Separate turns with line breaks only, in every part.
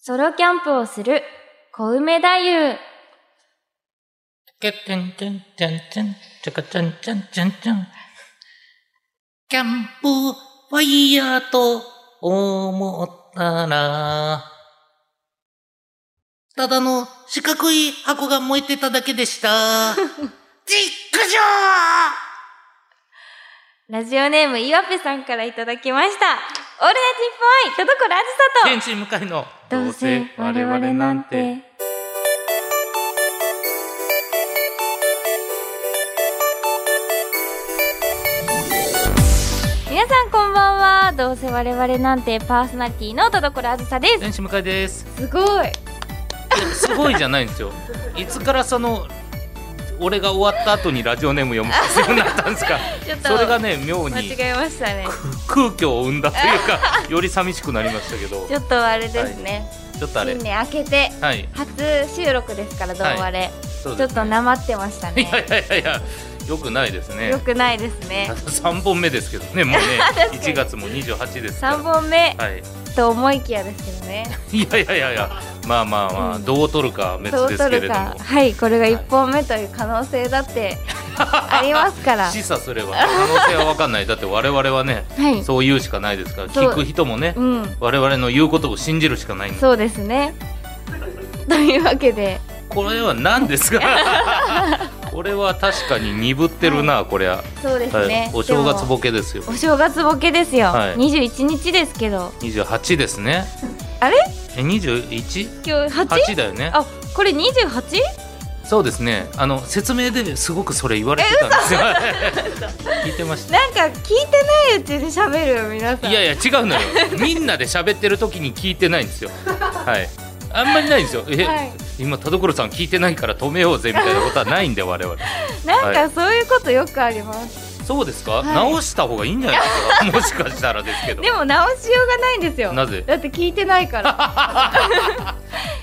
ソロキャンプをする小梅太夫。
キャッチャンチャンチャンチャン、チャカチャンチャンチャンチャン。キャンプファイヤーと思ったら、ただの四角い箱が燃えてただけでした。実ックジョ
ラジオネーム岩ぺさんからいただきました。オールナイトニッポンアイ、田所あずさと。
天使向かいの。
どうせ我々なんて。皆さんこんばんは。どうせ我々なんてパーソナリティの田所あずさです。
天使向かいです。
すごい。
いやすごいじゃないんですよ。いつからその、俺が終わった後にラジオネーム読む必要になったんですか
ちょっと
それがね、妙
間
に。
違えましたね。
空虚を生んだというか より寂しくなりましたけど
ちょっとあれですね。
ちょっとあれ
新年明けて
はい
初収録ですからどうあれ、
そう
ちょ
で
っ
す
となまってました
いや
ね。
いやいやいやよくないですね
よくないですね
た。だ3本目ですけど ねもうね
に
1月も28ですから
三本目
はい、
と思いきやですけどね。
いやいやいやいやまあまあまあ、
うん
どう取るかは別
どう
ですけ
取
れ
る
ど
か
も
はいこれが一本目という可能性だってあります から
示唆すれば可能性は分かんないだって我々はね
はい
そう言うしかないですから
そう
聞く人もね
うん
我々の言うことを信じるしかないんで
そうですねというわけで
これは何で すかこれは確かに鈍ってるな、これは
そうですね、
はい、お正月
ボ
ボケですよ
お正月ボケですよ、
はい
21日ですけど
28ですね
あれ
え 21?8
今日 8?
だよね
あこれ 28?
そうですねあの説明ですごくそれ言われてたんですよ 聞いてまし
なんか聞いてないうちに喋るよ皆さ
た
ん
いやいや違うのよみんなで喋ってる時に聞いてないんですよはいあんまりないんですよえ、
はい
今田所さん聞いてないから止めようぜみたいなことはないんで我々
なん
は
かそういうことよくあります、
そうですか、
い
直した方がいいんじゃないですかも しかしたらですけど
でも直しようがないんですよ
なぜ
だって聞いてないから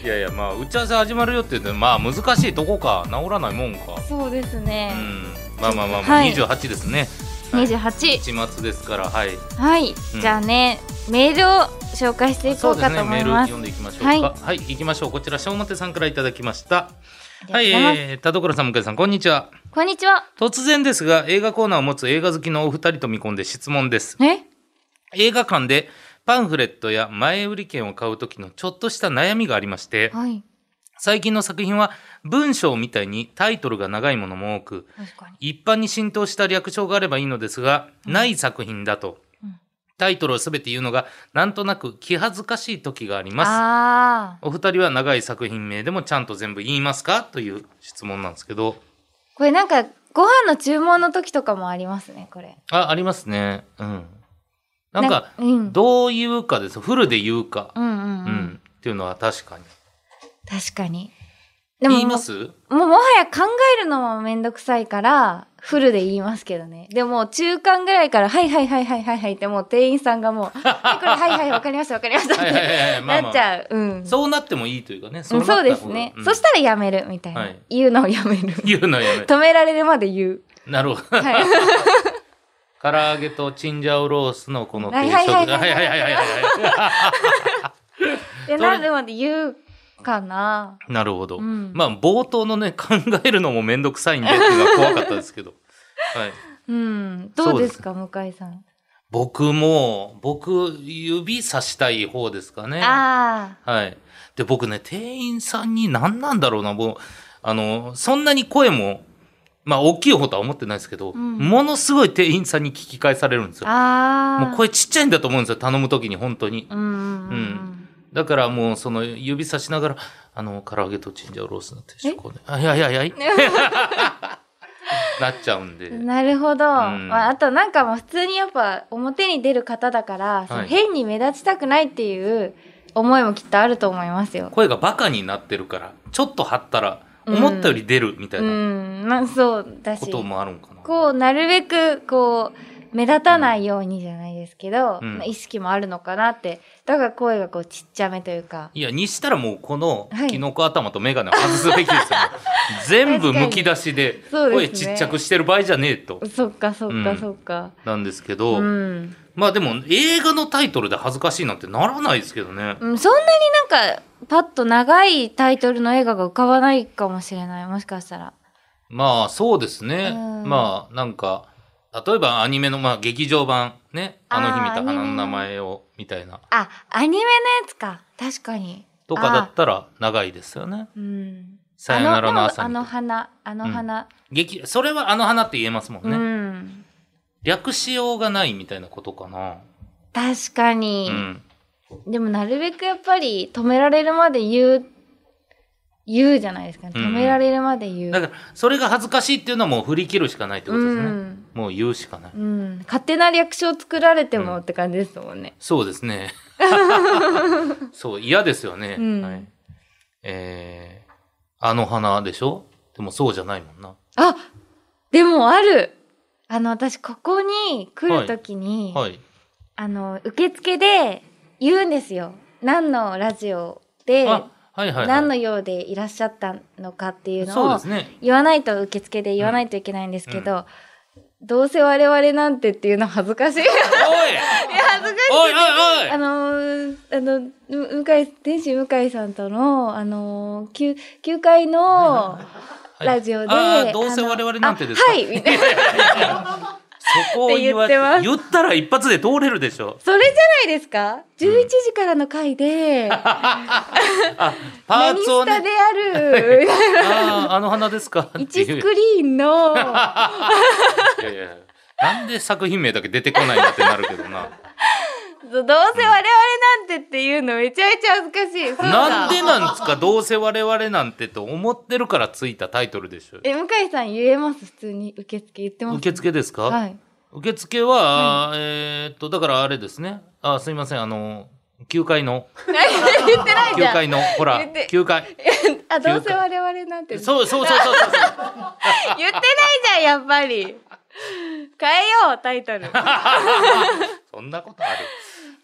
いやいやまあ打ち合わせ始まるよって言ってまあ難しいとこか直らないもんか
そうです
う
ね、
んまあまあまあまあ
はい
28ですね、
28
1末ですからはい
はい、
うん
じゃあねメールを紹介していこ
そう
う
で
か
すね
と思
メー
い
ル
ます
読んでいきましょうか
はい
はい、行きましょうこちら小表さんからいただきました
あ
は
り
い、
がとうございます
えー、田所さん向井さんこんにちは
こんにちは
突然ですが映画コーナーを持つ映画好きのお二人と見込んで質問です
え
映画館でパンフレットや前売り券を買う時のちょっとした悩みがありまして
はい
最近の作品は文章みたいにタイトルが長いものも多く
確かに
一般に浸透した略称があればいいのですが、ない作品だと、
うん
タイトルを全て言うのがなんとなく気恥ずかしい時があります
ああ
お二人は長い作品名でもちゃんと全部言いますかという質問なんですけど
これなんかご飯の注文の時とかもありますねこれ
あありますねうんなんか
うん
どういうかですフルで言うか
うんうん
う、
うんん、
っていうのは確かに
確かにでも
言います
もうもはや考えるのもめんどくさいからフルで言いますけどねでも中間ぐらいから「はいはいはいはいはいはい」ってもう店員さんが もう「はいこれはいはいわかりましたわかりました」
はいはいはい はいまあま
な
あ
っちゃううん
そうなってもいいというかね
うん
なった
そ
方
う
が
ですね、
うん
そしたらやめるみたいな、
はい
言うのをやめる
言うのやめ
止められるまで言う、
なるほど
はい、
唐揚げとチンジャオロースのこの
はい
定
はい
食
はい
はいはいはいはいは
でなるまで言うかない
なるほど、
うん
まあ冒頭のね考えるのもめんどくさいんでっていうのが怖かったですけどはい
うんどうですか向井さん、
僕も僕指さしたい方ですかね
あ
はいで僕ね店員さんに何なんだろうなもうあのそんなに声もまあ大きい方とは思ってないですけど、
うん
ものすごい店員さんに聞き返されるんです
あ
よ
ああ
もう声ちっちゃいんだと思うんですよ頼む時に本当に
うんうんうん、うん、
だからもうその指さしながら、あの、唐揚げとチンジャオロースの定食をね、あ、いやいやいや い、なっちゃうんで。
なるほど、
ん
まあ、あとなんかもう普通にやっぱ表に出る方だから、その変に目立ちたくないっていう思いもきっとあると思いますよ。
声がバカになってるから、ちょっと張ったら、
うん、
思ったより出るみたいうなん
まあそうだし
こともあるんかな。
こうなるべくこう目立たないようにじゃないですけど、
うん
まあ意識もあるのかなってだから声がこうちっちゃめというか
いや、にしたらもうこの
はい、
キノコ頭とメガネを外すべき ですよ。全部むき出し
確
で、
かにそう
声
です
ち
ね
っちゃくしてる場合じゃねえと。
そっかそっ
う
か
ん
そっか
なんですけ
う
ど、
ん、
まあでも映画のタイトルで恥ずかしいなんてならないですけどね。
うん、そんなになんか、パッと長いタイトルの映画が浮かばないかもしれない。もしかしたら。
まあそうですね。
うん
まあなんか、例えばアニメの、まあ劇場版ね、あの日見
あーア
た
ニメの
花の名前をみたいな、
あ、アニメのやつか。確かに。
とかだったら長いですよね。
うん。
さよならの朝
あのでもあの
に。
花、あの花。
劇、それはあの花って言えますもん
う
ね。
ん。
略しようがないみたいなことかな。
確か
う
に。
ん。
でもなるべくやっぱり止められるまで言う、言うじゃないですか、ね。
うん
止められるまで言う。
だから、それが恥ずかしいっていうのはもう振り切るしかないってことですね。
うん
もう言うしかない。
うん。勝手な略称作られてもって感じですもんね。
そうで すね。そう、嫌ですよね。
うん
はい、えー、あの花でしょでもそうじゃないもんな。
あでもあるあの、私ここに来るときに、
はい。
あの、受付で言うんですよ。何のラジオで、
あ、はいはい、
何
は
の
い。
用でいらっしゃったのかっていう
そう
の
で
を
すね。
言わないと受付で言わないといけないんですけど、どうせ我々なんてっていうの恥ずかしい。
おい
恥ずかし
おいおいお
あ
い
のーあの、む向井、天使向井さんとの、あのー、9、9階のラジオで。
あーどうせ我々なんてですか
あのあはい、みたいな。
そこを言わ
って言ってます
言ったら一発で通れるでしょ。
それじゃないですか ?11 時からの回で、
あ、パー
何
ツを
スタ
ね
で。あ る、
あーあの花です かっていう
1スクリーン の、あ
いやいやなんで作品名だけ出てこないんだってなるけどな。
どうせ我々なんてっていうのめちゃめちゃ恥ずかしい。そうだ
なんでなんですかどうせ我々なんてと思ってるからついたタイトルでしょ。
え、向井さん言えます普通に受付言ってます
受付ですか、
はい。
受付は、えーっと、だからあれですね。あ、すいません。あの、9階の、
言ってないじ
9
ゃん。
階の、ほら
言って、
9階。
あ、どうせ我々なんて。
そうそうそうそうそうそう。
言ってないじゃんやっぱり変えようタイト ルあ
そんなことある。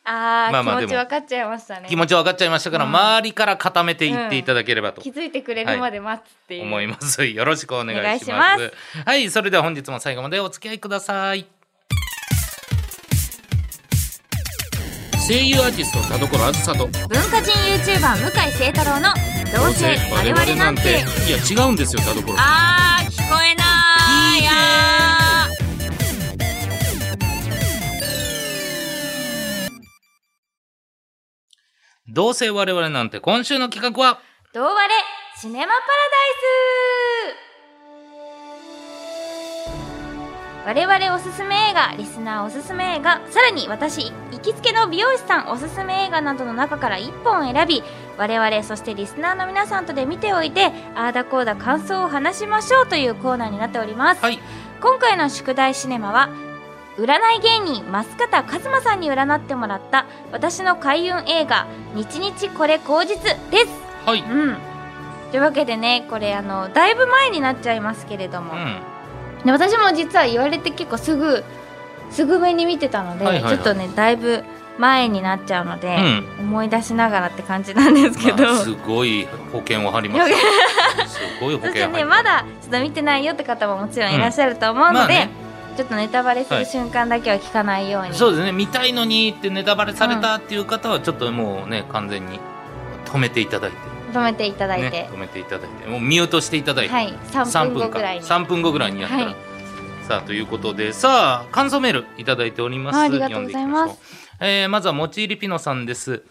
ー、
まあまあ
気持
で
ち
も
分かっちゃいましたね
気持ち分かっちゃいましたから、
うん
周りから固めていっていただければと。
気づいてくれるまで待つっていう、
思います。 よろしくお願いし
お
ま
願い
す。
し
はい、それでは本日も最後までお付き合いください。声優アーティスト田所あずさと
文化人 YouTuber 向井聖太郎の「どうせ我々なんて
いや違うんですよ田所」
あー聞こえないや
どうせ我々なんて今週の企画は
ーどうわれシネマパラダイス我々おすすめ映画リスナーおすすめ映画さらに私行きつけの美容師さんおすすめ映画などの中から1本選び我々そしてリスナーの皆さんとで見ておいてあーだこうだ感想を話しましょうというコーナーになっております、
はい
今回の宿題シネマは占い芸人増方一馬さんに占ってもらった私の開運映画「日日これ口実」です
はい、うん、
うんというわけでねこれあのだいぶ前になっちゃいますけれども、
は
で私も実は言われて結構すぐすぐ目に見てたので、
はいはいはい
ちょっとねだいぶ前になっちゃうので、
う
思い出しながらって感じなんですけど、
まあすごい保険を張りま したすごい保
そし
険
て
を張り
ねま
ました
だちょっと見てないよって方ももちろんいらっしゃると思うので、
まあね
ちょっとネタバレす
は
る
い
瞬間だけは聞かないように、
そうですね見たいのにってネタバレされたっていう方はちょっともうね完全に止めていただいて
止めていただいて、
ね、止めていただいてもうミュートしていただいて、
はい3分後ぐらいに
3分後ぐらいにやったら、
はい
さあということでさあ感想メールいただいております
あありがとうございます
読んできましょうえーまずはもちいりぴのさんです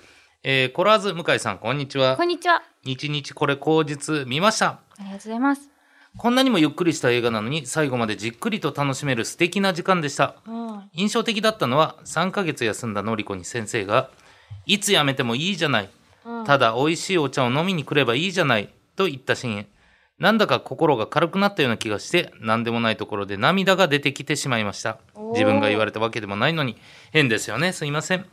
えー、コラーズ向井さんこんにちは
こんにちは
日日これ口実見ました
ありがとうございます、
こんなにもゆっくりした映画なのに最後までじっくりと楽しめる素敵な時間でした
うん、
印象的だったのは3ヶ月休んだのりこに先生が「いつ辞めてもいいじゃない」ただ美味しいお茶を飲みに来ればいいじゃない」と言ったシーンなんだか心が軽くなったような気がして何でもないところで涙が出てきてしまいました
おー
自分が言われたわけでもないのに変ですよねすいません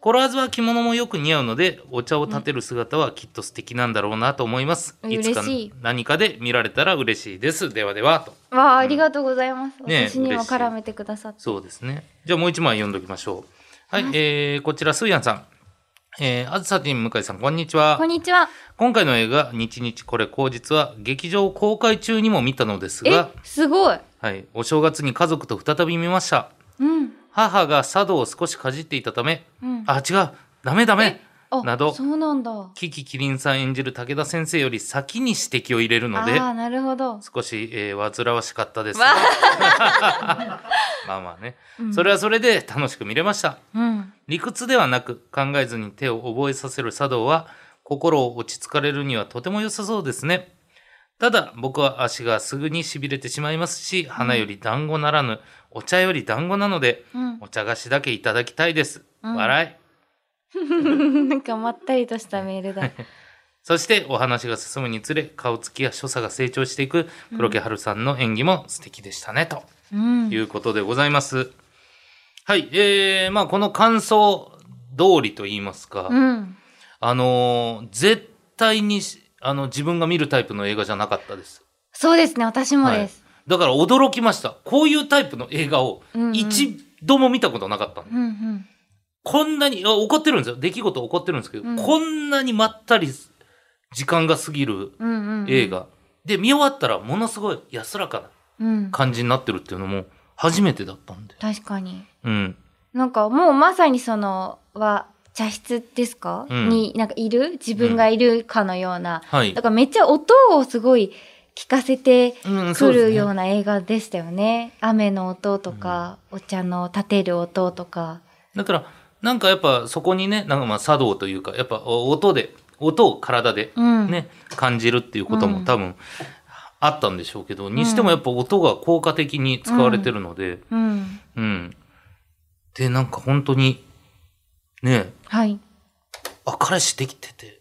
コラーズは着物もよく似合うのでお茶を立てる姿はきっと素敵なんだろうなと思います、
うん
いつか
嬉しい
何かで見られたら嬉しいですではではと
わあありがとうございます、
ねえ
私にも
嬉しい
絡めてくださって
そうですね。じゃあもう一枚読んどきましょう。はい、えー、こちら、スーヤンさん。えー、あずさてん向井さん、こんにちは
こん。にちは
今回の映画、日日これ口実は、劇場公開中にも見たのです
え
が、
すごい
はい、お正月に家族と再び見ました。
うん。
母が茶道を少しかじっていたため、
うん。
あ、違う、ダメダメ、
あ
など
そうなんだ。
キキキリンさん演じる武田先生より先に指摘を入れるので
あ、あ、なるほど。
少し、えー煩わしかったですが
わ、
まあまあね、
うん
それはそれで楽しく見れました。
うん。
理屈ではなく考えずに手を覚えさせる茶道は心を落ち着かれるにはとても良さそうですね。ただ僕は足がすぐに痺れてしまいますし、花より団子ならぬお茶より団子なので、
うん
お茶菓子だけいただきたいです。
うん
笑い。
なん かまったりとしたメールだ。
そしてお話が進むにつれ顔つきや所作が成長していく黒木春さんの演技も素敵でしたね、と
うん
い。うことでございます。はい、えー、まあこの感想通りと言いますか、
うん。
あのー絶対にしあの自分が見るタイプの映画じゃなかったです。
そうですね、私もです。
はい、だから驚きました。こういうタイプの映画を
うんうん
一度も見たことなかったの、
うんうん。
こんなに、あ怒ってるんですよ。出来事起こってるんですけど、
うん
こんなにまったり時間が過ぎる
うんうんうん。
映。画。で、見終わったらものすごい安らかな
うん。
感じになってるっていうのも初めてだったんで。
確かに。
うん。
なんかもうまさにそのは茶室ですか、
うん
になんかいる自分がいるかのような、
はい
だ。からめっちゃ音をすごい聞かせて
うん
くるよう
な。
な映画でしたよね,、雨の音とか、お茶の立てる音とか
だから、なんかやっぱそこにね、なんかまあ茶道というか、やっぱ音で、音を体で
うん、
ね、感じるっていうこと
う
も
ん
多分あったんでしょうけど、にしてもやっぱ音が効果的に使われてるので、
うん、
うん。で、なんか本当に、ね
はい
えあ、彼氏できて て、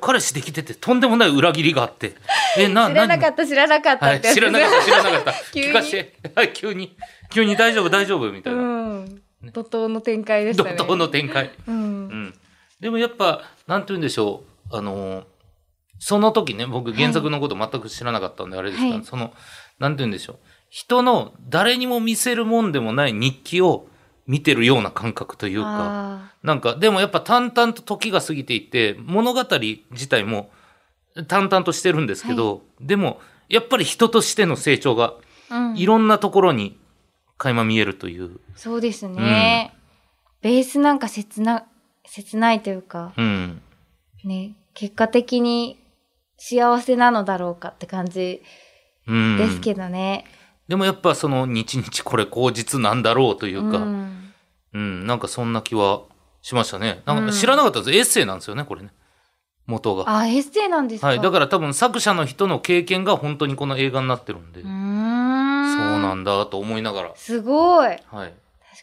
彼氏できてて、とんでもない裏切りがあって、え、な、
知らなか
っ
った知らなかった
は
っ
い、
てやつ
知らなかった、知らなかった。
急に
聞かして、はい、急に、急に大丈夫、大丈夫、みたいな。
うん怒涛の展開でし
怒
たね
涛の展開。
うん
う、ん、でもやっぱなんて言うんでしょうあのーその時ね僕原作のこと全く知らなかったんであれですが、
はい
そのなんて言うんでしょう人の誰にも見せるもんでもない日記を見てるような感覚というか
あ
なんかでもやっぱ淡々と時が過ぎていって物語自体も淡々としてるんですけど、でもやっぱり人としての成長が
ーうん
いろんなところに垣間見えるという、
そうですね、ベースなんか切な切ないというか
うん、
ね、結果的に幸せなのだろうかって感じ
うん
ですけどね。
でもやっぱその日々これ口実なんだろうといううか、うん、
ん
なんかそんな気はしましたね。なん
うん
か知らなかったです。エッセイなんですよね、これね。元が。
あ、エッセイなんですか。
はい。だ
ら、
から多分作者の人の経験が本当にこの映画になってるんで、
うー。
そうんなんんだと思いながら。
すごい。
はい。
確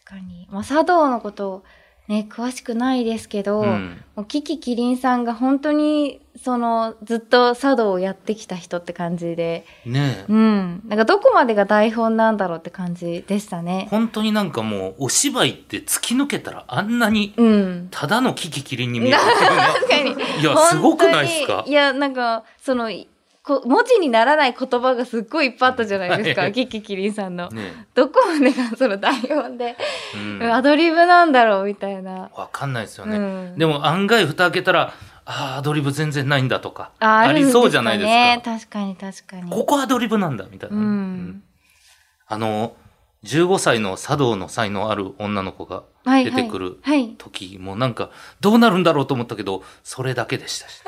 かに。まあ、茶道のこと、ね、詳しくないですけど、
うん。
もうキキキリンさんが本当に、その、ずっと茶道をやってきた人って感じで、
ねえ。
うん。なんかどこまでが台本なんだろうって感じでしたね。
本当になんかもうお芝居って突き抜けたらあんなに
うん。
ただのキキキリンに見えるっていうのが
確かに。
い や、すごくないです
本
か
当にいや、なんか、その、いこ文字にならない言葉がすっごいいっぱいあったじゃないです
は
か、
い
キキキリンさんの。
ね
どこまでがその台本で、
え。うん。
ア
わ
ドリブなんだろうみたいな。
かんないですよね。
うん
でも案外蓋開けたら、ああ、アドリブ全然ないんだとか、
あ
あ
るん
りそうじゃないですか。
確かに確かに。
ここアドリブなんだみたいな
う
ね、
ん。
あの15歳の茶道の才能ある女の子が
はい
出てくる
はい。はい
時もなんかどうなるんだろうと思ったけどそれだけでし たし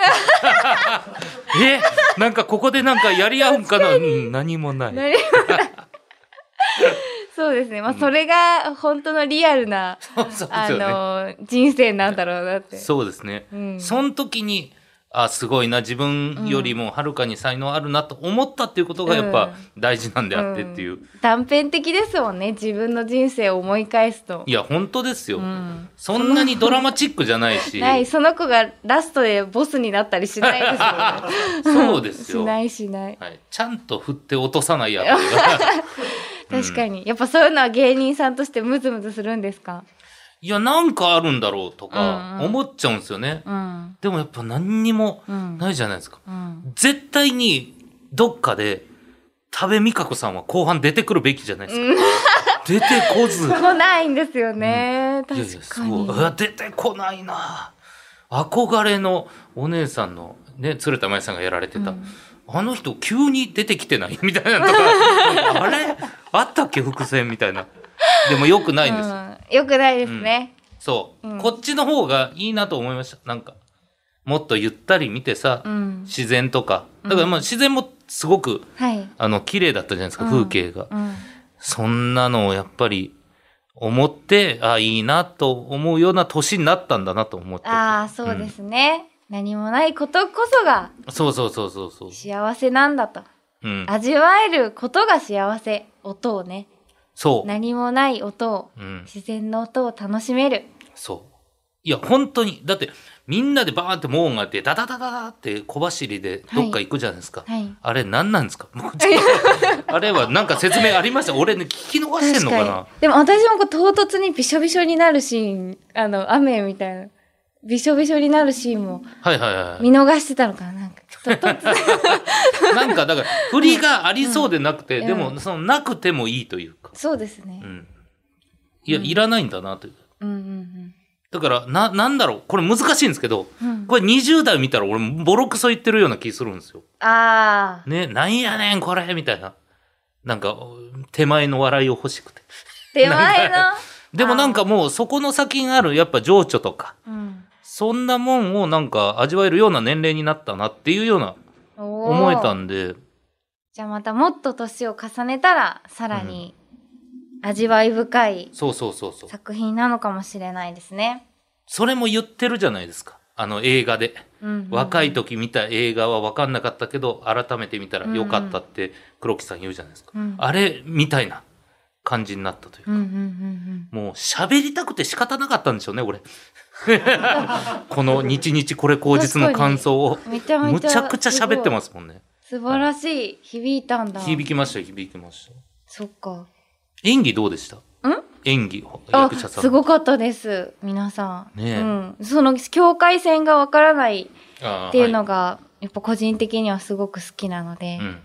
えなんかここでなんかやり合うんかなうん何もない、
なるほどそうですね。まあ、それが本当のリアルな、
そうそうで
あ
すよね
の、人生なんだろうなって。
そうですね、
うん
その時にあすごいな自分よりもはるかに才能あるなと思ったっていうことがやっぱ大事なんであってっていう、
ん断片的ですもんね自分の人生を思い返すと
いや本当ですよ、
うん
そんなにドラマチックじゃない し
ないその子がラストでボスになったりしないですよね
そうですよ
しないしない
はい、ちゃんと振って落とさないやつ が
確かに、やっぱそういうのは芸人さんとしてムズムズするんですか
いやなんかあるんだろうと
うん
か
うん
思っちゃうんですよね、
うん
でもやっぱ何にも
うん
ないじゃないですか、
うん
絶対にどっかで多部未華子さんは後半出てくるべきじゃないですか、出てこずいや
来ないんですよね、
いや
確かに
そううわ出てこないな憧れのお姉さんのね鶴田真由さんがやられてた、
うん
あの 人急に出てきてないみたいなとかあれあったっけ伏線みたいなでも良くないんですよ、
うん、よくないですね、
そう、
うん
こっちの方がいいなと思いましたなんかもっとゆったり見てさ、
うん、
自然とかだからまあ自然もすごく
はい、
あの綺麗だったじゃないですか、
うん
風景が、
うん、
そんなのをやっぱり思ってあいいなと思うような年になったんだなと思って
ああそうですね、何もないことこそが
そうそうそうそうそう、
幸せなんだと
うん、
味わえることが幸せ音をね
そう、
何もない音を
うん、
自然の音を楽しめる
そういや本当にだってみんなでバーンって門があってダダダダダって小走りでどっか行くじゃないですか、
はい
あれ何なんですか もうちょっとあれはなんか説明ありました俺ね聞き逃してんのかな
でも私もこう唐突にびしょびしょになるシーンあの雨みたいなびしょびしょになるシーンも
はいはいはい
見逃してたのかななんかと と
なんかだから振りがありそうでなくて、
うん
で
う
もそのなくてもいいというか、
そうですね
う、ん、いや、いらないんだなという
うん、うん
だからななんだろうこれ難しいんですけど
うんうん
これ20代見たら俺ボロクソ言ってるような気するんですよ。
ああ
ねなんやねんこれみたいななんか手前の笑いを欲しくて
手前の
でもなんかもうそこの先にあるやっぱ情緒とか
うん
そんなもんをなんか味わえるような年齢になったなっていうような思えた
だ
んで
じゃあまたもっと年を重ねたらさらに味わい深い
そうそうそうそう
作品なのかもしれないですね、
それも言ってるじゃないですかあの映画で。
うんうんうん
若い時見た映画は分かんなかったけど改めて見たら良かったって黒木さん言うじゃないですか、
うん
あれみたいな感じになったというか、
うんうんうん
もう喋りたくて仕方なかったんでしょうね俺 この日々これ口実の感想を
うんめちゃめ
む
ちゃ
ちゃくちゃ喋ってますすもんね
ごい素晴らしい響いたんだ
響きましたよ響きました
そっか
演技どうでした
ん
演技
あ
役者さん
すごかったです皆さん、
ねえ
うん、その境界線がわからない
っ
っていうのが、やっぱ個人的にはすごく好きなので、
うん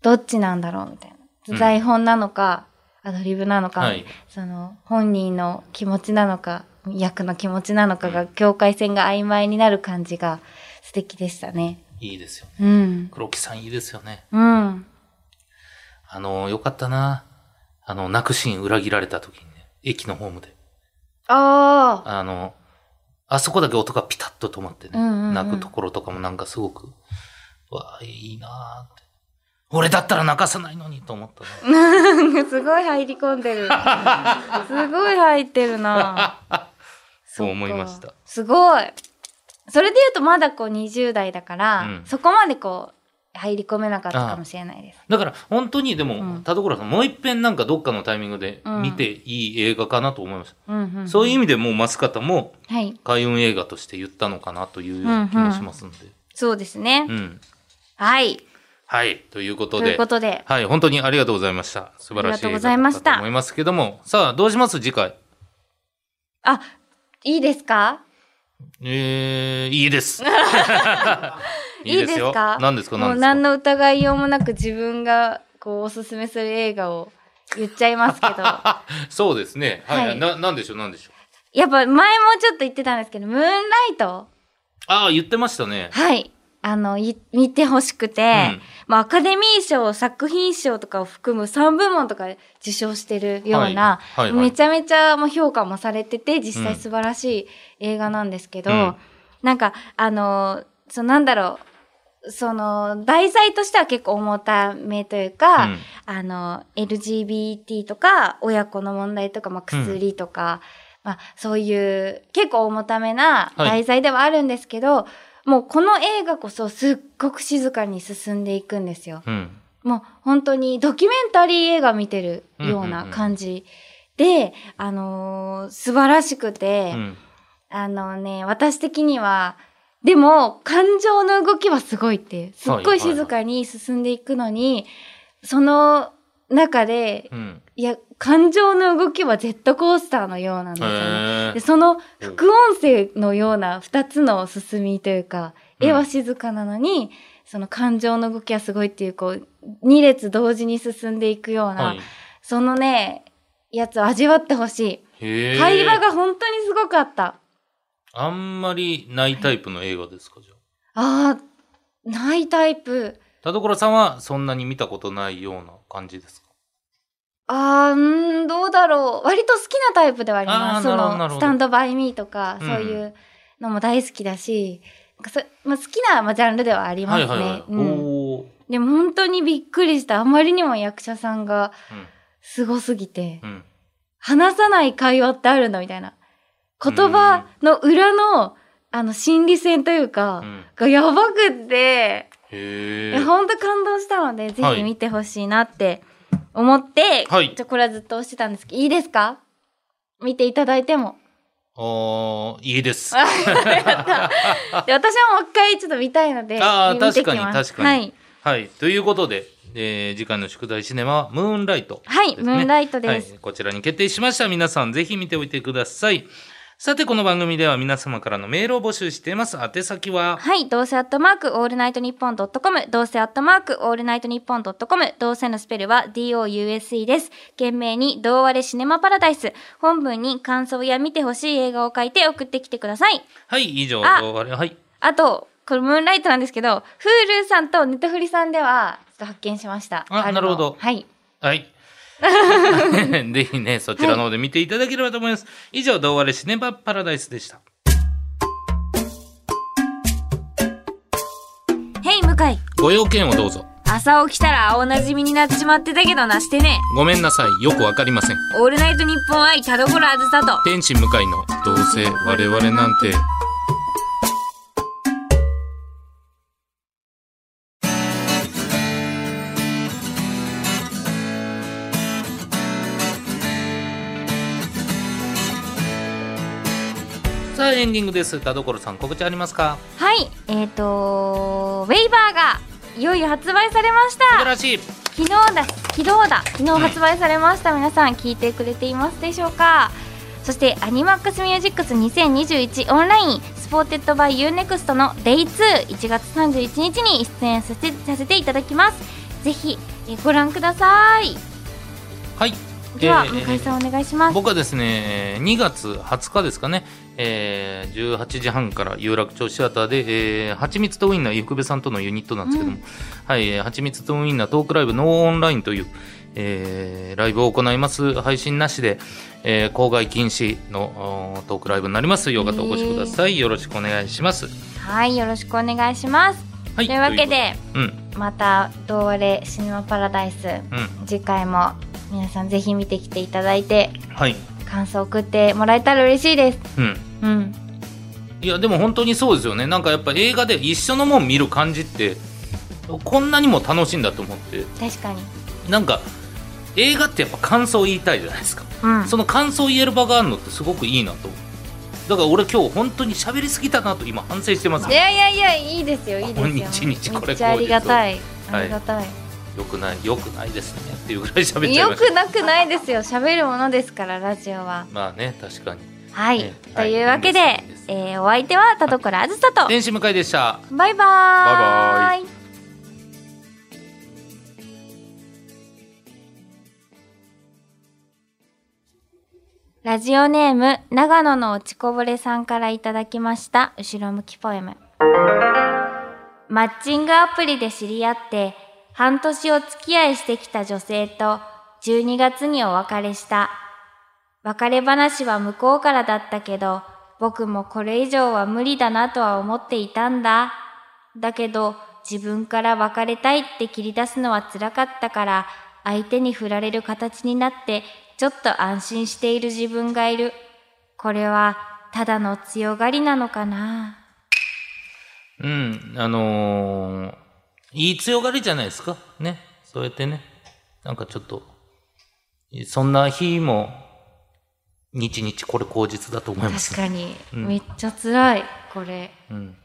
どっちなんだろうみたいな、
うん
台本なのかアドリブなのか、
はい
その本人の気持ちなのか役の気持ちなのかが境界線が曖昧になる感じが素敵でしたね
いいですよね
うん
黒木さんいいですよね
うん
あのよかったなあの泣くシーン裏切られた時にね駅のホームで
ああ
あの、あそこだけ音がピタッと止まってね、
うんうんうん
泣くところとかもなんかすごく、わあ、いいなあって。俺だったら泣かさないのにと思ったね
すごい入り込んで るすごい入ってるな
そう思いまし
そっ
た
かすごいそれで言うとまだこう20代だから、
うん
そこまでこう入り込めなかったかもしれないです
だから本当にでも、
うん
田所さんもう一遍なんかどっかのタイミングで見ていい映画かなと思いました、
うんうんうん
そういう意味でもうマスカタも
はい
開運映画として言ったのかなというような気もしますんで、
そうですね、
うん
はい
はいということ
と
で
いうことで
はい本当にありがとうございました素晴らしい
ありがとうご
映
ざい
画だ
ま
った
した
と思いますけどもさあどうします次回
あいいですか
えー、い いです。
いいです
よ
か
何ですか
もう
何
何
で
の
すか
疑いようもなく自分がこうおすすめする映画を言っちゃいますけ どや
あ、そうですね。はい。
はい
な、なんでしょう、なんでしょう。
っぱ前もちょっと言ってたんですけど「ムーンライト
ああ、言ってました」ね。
はいあのい見てほしくて、
うん
まあ、アカデミー賞作品賞とかを含む3部門とか受賞してるような、
はいはいはい
めちゃめちゃもう評価もされてて実際素晴らしい映画なんですけど、
うん
なんかあのそのなんだろうその題材としては結構重ためというか、
うん
あの LGBT とか親子の問題とか、まあ、薬とか、まあ、そういう結構重ためな
はい
題材ではあるんですけど、もうこの映画こそすっごく静かに進んでいくんですよ。
うん。
もう本当にドキュメンタリー映画見てるよう
うんうん
な
うん
感じで、あのー素晴らしくて、
うん。
あのね、私的には、でも、感情の動きはすごいって、すっごい静かに進んでいくのに、その中で、
うん。
いや、感情の動きはジェットコースターのようなんですよね。
へ
で
ー
その副音声のような二つの進みというか、
うん
絵は静かなのに、その感情の動きはすごいっていう、こう、二列同時に進んでいくような、
はい。
そのね、やつを味わってほし
へ
い。
ー
会話が本当にすごかった。
あんまりないタイプの映画ですか、じゃ
あ
あ。
あ、ないタイプ。
田所さんはそんなに見たことないような感じですか
あーうーんどうだろう割と好きなタイプではありま
あー
すそ
なるほどな
の
るほ
ス
ど
タンドバイミーとか、
うん
そういうのも大好きだしなんかそまあ、好きな、まあ、ジャンルではあります
は
ね、
いはいはい。
うん、
おー
でも本当にびっくりしたあまりにも役者さんがすごすぎて、
うん。うん。
話さない会話ってあるのみたいな言葉の裏のあの心理戦というか、
うん。
がやばくってい
へえ
や。本当感動したのでぜ
は
ひ
い
見てほしいなって思って、
はい
ちょこれはずっと押してたんですけどいいですか見ていただいて も
おーい いです。
あやったで私はもう一回ちょっと見たいので
あー
見てきます
確かに確かに
はい、
はい。ということで、えー次回の宿題シネマはムーンライト。
はい
です
ム
ね
ーンライトです、
はい、こちらに決定しました皆さんぜひ見ておいてくださいさてこの番組では皆様からのメールを募集しています宛先は
はい。どうせアットマークオールナイトニッポンドットコム。どうせアットマークオールナイトニッポンドットコム。どうせのスペルは DOUSE です。懸命に、どうあれシネマパラダイス。本文に感想や見てほしい映画を書いて送ってきてください。
はい以上
あ
どうあれはい
あと、これムーンライトなんですけど、Hulu さんとネットフリさんでは、ちょっと発見しました。
あ
るの
なるほど
はい。
はい ぜひねそちらの方で見ていただければと思います、以上どうあれシネマパラダイスでした
ヘイ、向井。
ご用件をどうぞ
朝起きたら青なじみになってしまってたけどなしてね。
ごめんなさいよくわかりません
オールナイトニッポン愛田所あずさと。
天使向かいのどうせ我々なんてさあエンディングです田所さん告知ありますか
はい。えっ、ー、とウェイバーが、いよいよ発売されまし
素晴
た
らしい
昨日だ、昨日だ、昨日発売されました。皆さん聞いてくれていますでしょうかそして、アニマックスミュージックス2021オンライン、スポーテッドバイユーネクストの Day2、1月31日に出演させさせていただきます。ぜひ、えーご覧ください。
はい
では、
えー
向井さんお願いします。
僕はですねえー2月20日ですかね、えー18時半から有楽町シアターで、えー、蜂蜜とウインナーゆくべさんとのユニットなんですけども、はいえー蜂蜜とウインナートークライブノーオンラインという、えーライブを行います配信なしで、えー公害禁止のおートークライブになりますよかったらお越しください、よろしくお願いします
はい、よろしくお願いします。
はい
というわけ
という
で、
ことうん
また、どうあれシネマパラダイス、次回も皆さんぜひ見てきていただいて、
うんはい
感想送ってもらえたら嬉しいです。
うん
うん。
いやでも本当にそうですよねなんかやっぱ映画で一緒のもん見る感じってこんなにも楽しいんだと思って
確かに。
なんか映画ってやっぱ感想言いたいじゃないですか、
うん。
その感想言える場があるのってすごくいいなと思うだから俺今日本当に喋りすぎたなと今反省してます
いやいやいや、いいですよ、いいですよ。
ここに一日これ
めっちゃありがたい。
う
ありがたい。
よくないよくないですねっていうぐらい喋っちゃい
よ
ました
くなくないですよ。喋るものですから、ラジオは。
まあね確かに
はい。
ええ
というわけで、
はいいいですいい
えーお相手は田所あずさと。
天使向かいでした
バイバ
バ
ーイ。ラジオネーム、長野の落ちこぼれさんからいただきました、後ろ向きポエム。マッチングアプリで知り合って、半年お付き合いしてきた女性と、12月にお別れした。別れ話は向こうからだったけど、僕もこれ以上は無理だなとは思っていたんだ。だけど、自分から別れたいって切り出すのは辛かったから、相手に振られる形になって、ちょっと安心している自分がいる。これは、ただの強がりなのかな。
うんあのーいい強がりじゃないですかねそうやってねなんかちょっとそんな日も日々これ口実だと思います
確かに、
うん
めっちゃ辛い、これ。
うん